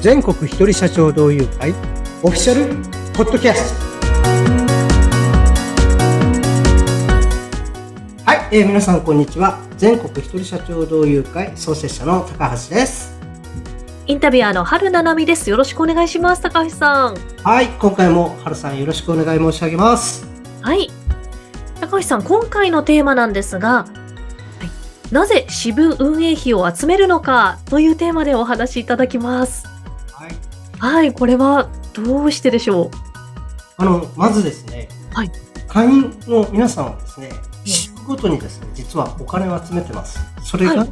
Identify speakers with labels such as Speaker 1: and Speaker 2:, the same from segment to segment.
Speaker 1: 全国一人社長同友会オフィシャルポッドキャストはい、えー皆さんこんにちは全国一人社長同友会創設者の高橋です
Speaker 2: インタビュアーの春菜奈美です。よろしくお願いします、高橋さん。
Speaker 1: はい今回も春さんよろしくお願い申し上げます
Speaker 2: はい。高橋さん、今回のテーマなんですが、はい、なぜ支部運営費を集めるのかというテーマでお話しいただきます。
Speaker 1: はい
Speaker 2: はい、これはどうしてでしょ
Speaker 1: あのまずですね、
Speaker 2: はい
Speaker 1: 会員の皆さんはですね
Speaker 2: え
Speaker 1: 支部ごとにですね実はお金を集めてますそれ
Speaker 2: は
Speaker 1: が
Speaker 2: い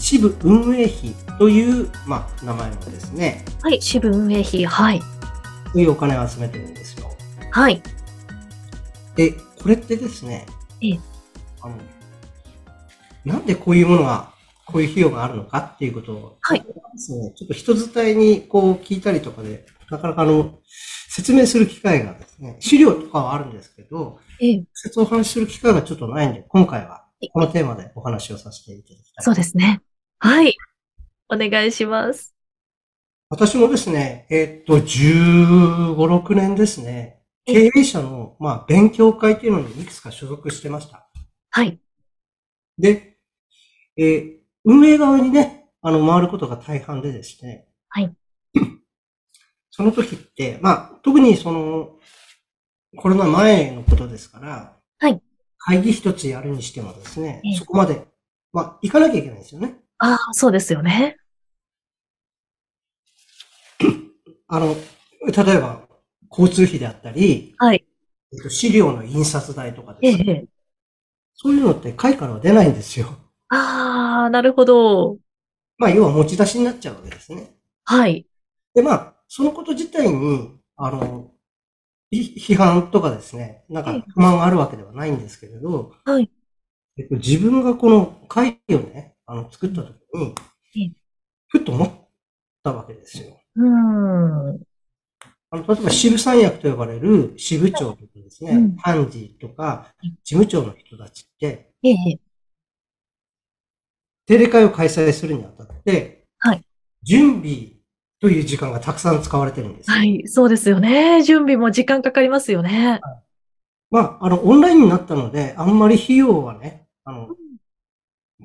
Speaker 1: 支部運営費という、まあ、名前のですね
Speaker 2: うはい、支部運営費。はい。
Speaker 1: というお金を集めてるんですよ
Speaker 2: はい。
Speaker 1: でこれってですね
Speaker 2: ええ
Speaker 1: あのなんでこういうものがこういう費用があるのかっていうことを、
Speaker 2: はい
Speaker 1: ですね、ちょっと人伝いにこう聞いたりとかでなかなかあの説明する機会がですね資料とかはあるんですけど、
Speaker 2: ええ、
Speaker 1: 直接お話しする機会がちょっとないんで、今回はいこのテーマでお話をさせていただきたい。
Speaker 2: そうですね。はい。お願いします。
Speaker 1: 私もですね、えっと、15、6年ですね、経営者の、まあ、勉強会っていうのにいくつか所属してました。
Speaker 2: はい。
Speaker 1: で、えー運営側にね、あの、回ることが大半でですね、
Speaker 2: はい。
Speaker 1: その時って、まあ、特にその、コロナ前のことですから、
Speaker 2: はい。
Speaker 1: 会議一つやるにしてもですね
Speaker 2: ええ、
Speaker 1: そこまで、まあ、行かなきゃいけないんですよね。
Speaker 2: ああ、そうですよね。
Speaker 1: あの、例えば、交通費であったり、
Speaker 2: はい。
Speaker 1: えっと資料の印刷代とか
Speaker 2: え
Speaker 1: ですね。
Speaker 2: え。
Speaker 1: そういうのって会からは出ないんですよ。
Speaker 2: ああ、なるほど。
Speaker 1: まあ、要は持ち出しになっちゃうわけですね。
Speaker 2: はい。
Speaker 1: で、まあ、そのこと自体に、あの、い批判とかですね、なん
Speaker 2: ええ
Speaker 1: か不満があるわけではないんですけれど、
Speaker 2: はい
Speaker 1: えっと、自分がこの会をね、あの、作った時
Speaker 2: え
Speaker 1: に、ふっと思ったわけですよ。
Speaker 2: うーん。
Speaker 1: あの、例えば支部三役と呼ばれる支部長とかですね、
Speaker 2: うん
Speaker 1: 判事とか
Speaker 2: うん、
Speaker 1: 事務長の人たちって、
Speaker 2: ええ。
Speaker 1: 定例会を開催するにあたって、
Speaker 2: はい
Speaker 1: 準備という時間がたくさん使われてるんですよ。
Speaker 2: はい、そうですよね。準備も時間かかりますよね。
Speaker 1: まあ、あの、オンラインになったので、あんまり費用はね、あの、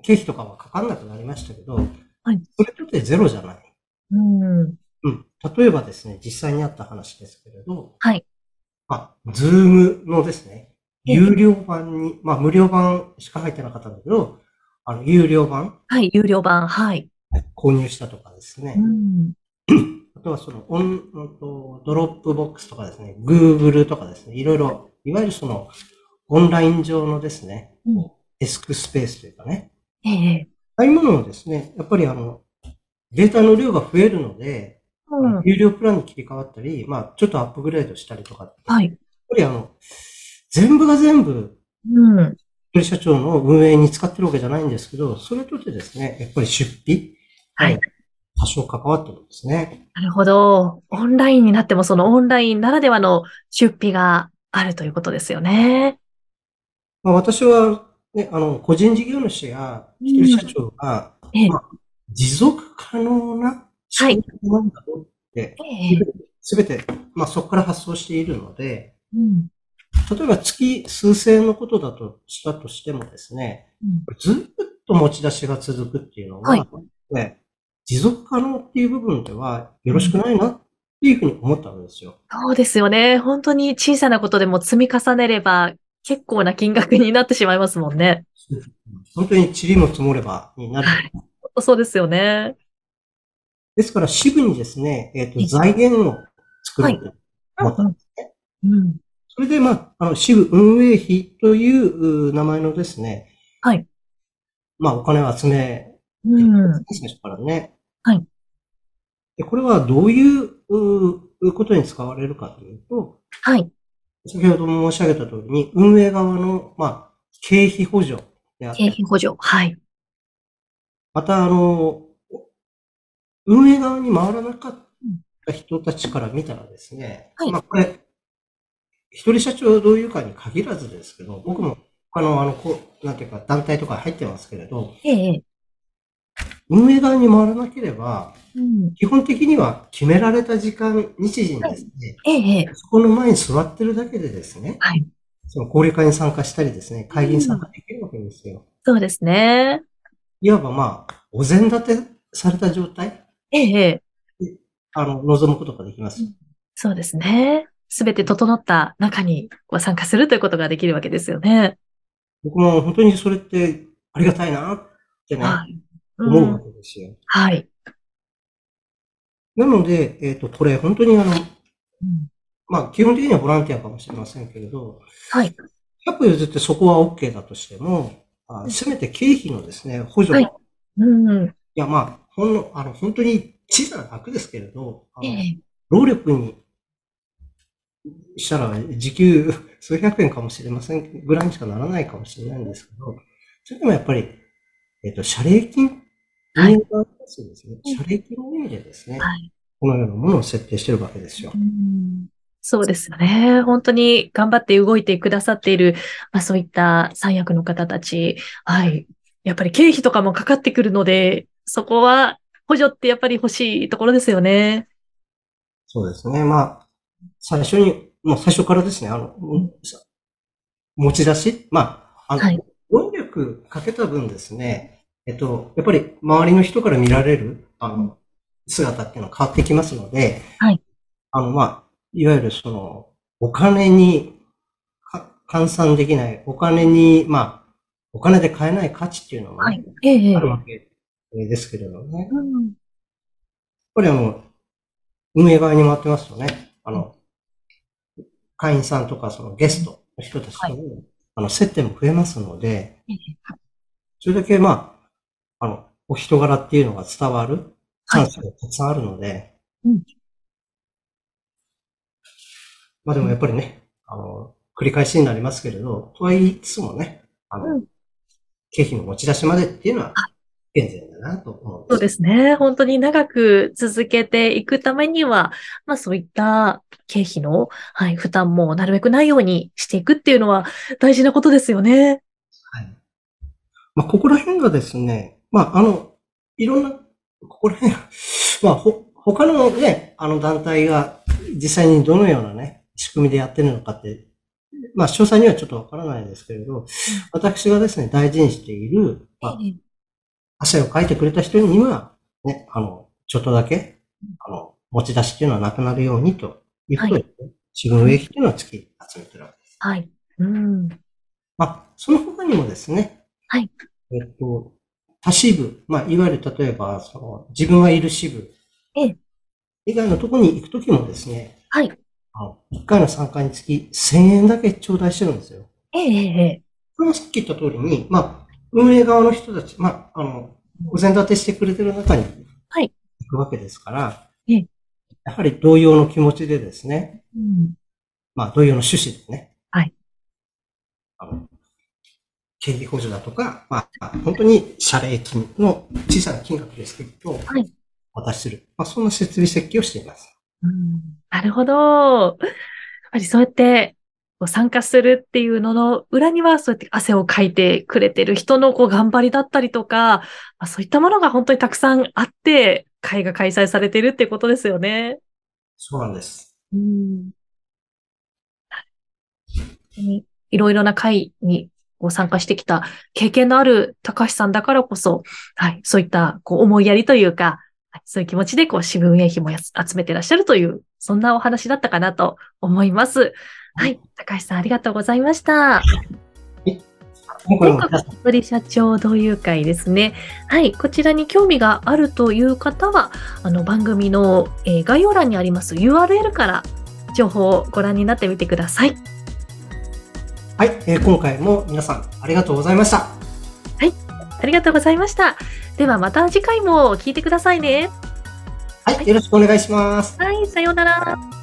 Speaker 1: 経費とかはかかんなくなりましたけど、
Speaker 2: はい
Speaker 1: それとってゼロじゃない。
Speaker 2: うん。
Speaker 1: うん。例えばですね、実際にあった話ですけれど、
Speaker 2: はい。
Speaker 1: まあ、ズームのですね、
Speaker 2: ええ
Speaker 1: 有料版に、まあ、無料版しか入ってなかったんだけど、あの、有料版
Speaker 2: はい、有料版。はい。
Speaker 1: 購入したとかですね、
Speaker 2: ん。
Speaker 1: あとはそのオン、うんとドロップボックスとかですね、Google とかですね、いろいろ、いわゆるその、オンライン上のですね、
Speaker 2: うん
Speaker 1: デスクスペースというかね、
Speaker 2: ええ。
Speaker 1: ああいうものをですね、やっぱりあの、データの量が増えるので、
Speaker 2: うん。
Speaker 1: 有料プランに切り替わったり、まあ、ちょっとアップグレードしたりとか、やっ
Speaker 2: はい。
Speaker 1: ぱりあの、全部が全部、
Speaker 2: うん。
Speaker 1: 鳥社長の運営に使ってるわけじゃないんですけど、それとってですね、やっぱり出費、
Speaker 2: はい
Speaker 1: あの多少関わってるんですね。
Speaker 2: なるほど。オンラインになっても、そのオンラインならではの出費があるということですよね。
Speaker 1: まあ、私は、ね、あの、個人事業主や
Speaker 2: うん
Speaker 1: 一人社長が、
Speaker 2: ええ
Speaker 1: まあ、持続可能な仕
Speaker 2: はい
Speaker 1: 組みなんだろうって、
Speaker 2: ええ。
Speaker 1: すべて、まあ、そこから発想しているので、
Speaker 2: うん。
Speaker 1: 例えば月数千円のことだとしたとしてもですね、ずっと持ち出しが続くっていうのは、
Speaker 2: はい
Speaker 1: ね、持続可能っていう部分ではよろしくないなっていうふうに思ったんですよ。
Speaker 2: そうですよね。本当に小さなことでも積み重ねれば、結構な金額になってしまいますもんね。
Speaker 1: 本当に塵も積もればになる。
Speaker 2: はいそうですよね。
Speaker 1: ですから支部にですね、えっ、
Speaker 2: は
Speaker 1: と
Speaker 2: い
Speaker 1: 財源を作ると思ったんですね。
Speaker 2: うん。
Speaker 1: それで、まあ、あの、支部運営費というう名前のですね、
Speaker 2: はい。
Speaker 1: まあ、お金を集め
Speaker 2: うん。
Speaker 1: 最初からね。
Speaker 2: はい。
Speaker 1: で、これはどういううことに使われるかというと、
Speaker 2: はい。
Speaker 1: 先ほども申し上げた通りに、運営側の、まあ、経費補助であった
Speaker 2: 経
Speaker 1: り、
Speaker 2: 費補助。はい。
Speaker 1: また、あの、運営側に回らなかった人たちから見たらですね、
Speaker 2: はい
Speaker 1: まあ、これ、一人社長同友会に限らずですけど、僕も他の、あの、こう、なんていうか、団体とか入ってますけれど、
Speaker 2: ええ。
Speaker 1: 運営側に回らなければ、
Speaker 2: うん、
Speaker 1: 基本的には決められた時間、日時にですね、
Speaker 2: ええええ、
Speaker 1: そこの前に座ってるだけでですね、
Speaker 2: はい
Speaker 1: その交流会に参加したりですね、会議に参加できるわけですよ。
Speaker 2: そうですね。
Speaker 1: いわばまあ、お膳立てされた状態、
Speaker 2: ええええ、
Speaker 1: あの、望むことができます。
Speaker 2: そうですね。すべて整った中にこう参加するということができるわけですよね。
Speaker 1: 僕も本当にそれってありがたいなってね、
Speaker 2: はい。
Speaker 1: 思
Speaker 2: う
Speaker 1: うわ
Speaker 2: ん、
Speaker 1: けですよ。
Speaker 2: はい。
Speaker 1: なので、えっ、と、これ本当にあの、
Speaker 2: うん
Speaker 1: まあ、基本的にはボランティアかもしれませんけれど、
Speaker 2: はい。
Speaker 1: 100譲ってそこは OK だとしても、あせめて経費のですね、補助。、
Speaker 2: はいいうん。
Speaker 1: や、まあ、ほんの、あの、本当に小さな額ですけれど、あ
Speaker 2: え
Speaker 1: の
Speaker 2: え。
Speaker 1: 労力にしたら時給数百円かもしれませんぐらいにしかならないかもしれないんですけど、それでもやっぱり、えっ、と、謝礼金、
Speaker 2: はい
Speaker 1: 運営側からするとですね、謝礼金の意味でですね、
Speaker 2: はい
Speaker 1: このようなものを設定してるわけですよ
Speaker 2: う。んそうですよね。本当に頑張って動いてくださっている、まあそういった三役の方たち。はい。やっぱり経費とかもかかってくるので、そこは補助ってやっぱり欲しいところですよね。
Speaker 1: そうですね。まあ、最初に、もう最初からですね、あの、うんさ持ち出し、まあ、あの、
Speaker 2: はい
Speaker 1: 労力かけた分ですね、えっと、やっぱり周りの人から見られる、あの、姿っていうのは変わってきますので、
Speaker 2: はい
Speaker 1: あの、まあ、いわゆるその、お金にか換算できない、お金に、まあ、お金で買えない価値っていうのも
Speaker 2: は
Speaker 1: ね、
Speaker 2: い。ええ
Speaker 1: あ。るわけですけれどね。
Speaker 2: うん
Speaker 1: やっぱりあの、運営側に回ってますよね。あの、会員さんとかそのゲストの人たちとの、あの、接点も増えますので
Speaker 2: ええ、
Speaker 1: それだけまあ、あの、お人柄っていうのが伝わるチャンスがたくさんあるので、
Speaker 2: うん
Speaker 1: まあでもやっぱりね、あの、繰り返しになりますけれど、とは言いつつもね、あの、
Speaker 2: う
Speaker 1: 経費の持ち出しまでっていうのは、現在だなと思うん
Speaker 2: そうですね。本当に長く続けていくためには、まあそういった経費の、はい、負担もなるべくないようにしていくっていうのは大事なことですよね。
Speaker 1: はい。まあ、ここら辺がですね、まあ、あの、いろんな、ここら辺、 まあ、ほ、他のね、あの団体が実際にどのようなね、仕組みでやってるのかって、まあ、詳細にはちょっとわからないですけれど、私がですね、大事にしている、まあ、汗をかいてくれた人には、ね、あの、ちょっとだけ、あの、持ち出しっていうのはなくなるようにということで、自分の益っていうのは月集めてるわけです
Speaker 2: はい。うん。
Speaker 1: まあ、その他にもですね。
Speaker 2: はい。
Speaker 1: えっと、他支部、まあ、いわゆる例えば、その、自分がいる支部。
Speaker 2: ええ
Speaker 1: 以外のところに行くときもですね、
Speaker 2: はい。
Speaker 1: あの、1回の参加につき1000円だけ頂戴してるんですよ。
Speaker 2: ええ、ええ、
Speaker 1: これはさっき言った通りに、まあ、運営側の人たち、まあ、あの、お膳立てしてくれてる中に、
Speaker 2: はい。
Speaker 1: 行くわけですから、
Speaker 2: ええ
Speaker 1: やはり同様の気持ちでですね、
Speaker 2: うん。
Speaker 1: まあ、同様の趣旨ですね。
Speaker 2: はい。
Speaker 1: あの、経費補助だとか、まあ、本当に謝礼金の小さな金額ですけど、
Speaker 2: はい。
Speaker 1: お渡しする。まあ、そんな設備設計をしています。
Speaker 2: うんなるほど。やっぱりそうやってこう参加するっていうのの裏には、そうやって汗をかいてくれてる人のこう頑張りだったりとか、まあそういったものが本当にたくさんあって、会が開催されてるってことですよね。
Speaker 1: そうなんです。
Speaker 2: うん。いろいろな会にこう参加してきた経験のある高橋さんだからこそ、はい、そういったこう思いやりというか、はいそういう気持ちでこう支部運営費もやす集めてらっしゃるという、そんなお話だったかなと思います。はい、高橋さんありがとうございました。
Speaker 1: 今回も皆さん、
Speaker 2: 鳥社長同友会ですね。はい、こちらに興味があるという方は、あの番組の、えー概要欄にあります URL から情報をご覧になってみてください。
Speaker 1: はい、えー今回も皆さんありがとうございました。
Speaker 2: ありがとうございました。ではまた次回も聞いてくださいね。
Speaker 1: はい、よろしくお願いします。
Speaker 2: はい、さようなら。